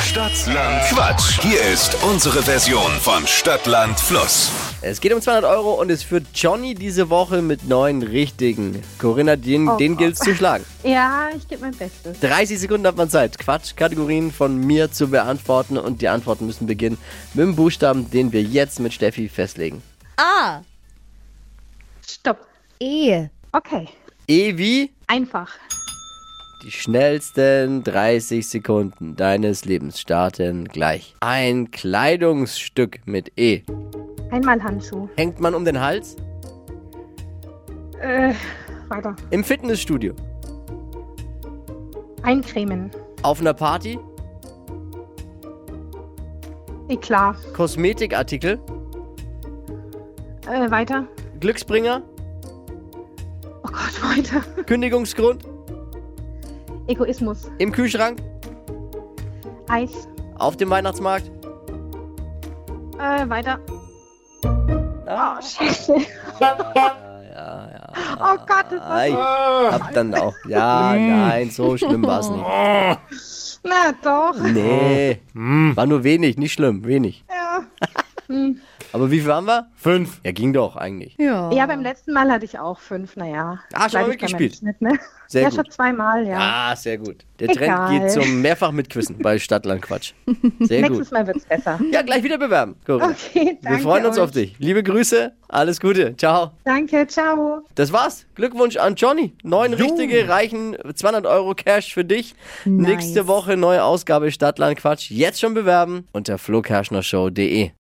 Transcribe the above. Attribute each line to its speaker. Speaker 1: Stadtland Quatsch. Hier ist unsere Version von Stadtland Fluss.
Speaker 2: Es geht um 200 Euro und es führt Johnny diese Woche mit neun richtigen. Corinna, den,
Speaker 3: Oh
Speaker 2: den
Speaker 3: Gott.
Speaker 2: gilt es zu schlagen.
Speaker 3: Ja, ich gebe mein Bestes.
Speaker 2: 30 Sekunden hat man Zeit, Quatschkategorien von mir zu beantworten und die Antworten müssen beginnen mit dem Buchstaben, den wir jetzt mit Steffi festlegen.
Speaker 4: A.
Speaker 3: Stopp.
Speaker 4: E.
Speaker 3: Okay.
Speaker 2: E wie
Speaker 3: Einfach.
Speaker 2: die schnellsten 30 Sekunden deines Lebens starten gleich. Ein Kleidungsstück mit E.
Speaker 3: Einmal Handschuh.
Speaker 2: Hängt man um den Hals?
Speaker 3: Äh, weiter.
Speaker 2: Im Fitnessstudio?
Speaker 3: Eincremen.
Speaker 2: Auf einer Party?
Speaker 3: Eklat.
Speaker 2: Kosmetikartikel?
Speaker 3: Äh, weiter.
Speaker 2: Glücksbringer?
Speaker 3: Oh Gott, weiter.
Speaker 2: Kündigungsgrund?
Speaker 3: Egoismus.
Speaker 2: Im Kühlschrank?
Speaker 3: Eis.
Speaker 2: Auf dem Weihnachtsmarkt?
Speaker 3: Äh, weiter.
Speaker 2: Ah.
Speaker 3: Oh, Scheiße. Oh Gott, das war
Speaker 2: Ei, hab dann auch. Ja, nein, so schlimm war es nicht.
Speaker 3: Na doch.
Speaker 2: Nee, war nur wenig, nicht schlimm, wenig. Mm.
Speaker 3: Ja.
Speaker 2: Aber wie viel haben wir?
Speaker 5: Fünf.
Speaker 2: Ja, ging doch eigentlich.
Speaker 4: Ja.
Speaker 3: ja, beim letzten Mal hatte ich auch fünf. Naja.
Speaker 2: Ah, schon mal
Speaker 3: Bleib ich bei meinem
Speaker 2: mitgespielt.
Speaker 3: Schnitt, ne?
Speaker 2: Sehr
Speaker 3: ja,
Speaker 2: gut.
Speaker 3: schon zweimal, ja.
Speaker 2: Ah, sehr gut. Der Trend
Speaker 3: Egal.
Speaker 2: geht zum mehrfach mitquissen bei Stadtlandquatsch. Sehr gut.
Speaker 3: Nächstes Mal wird's besser.
Speaker 2: Ja, gleich wieder bewerben, Corinna.
Speaker 3: Okay, danke.
Speaker 2: Wir freuen uns
Speaker 3: euch.
Speaker 2: auf dich. Liebe Grüße, alles Gute, ciao.
Speaker 3: Danke, ciao.
Speaker 2: Das war's. Glückwunsch an Johnny. Neun richtige reichen 200 Euro Cash für dich. Nächste Woche neue Ausgabe Stadtlandquatsch. Jetzt schon bewerben unter flokerschnershow.de.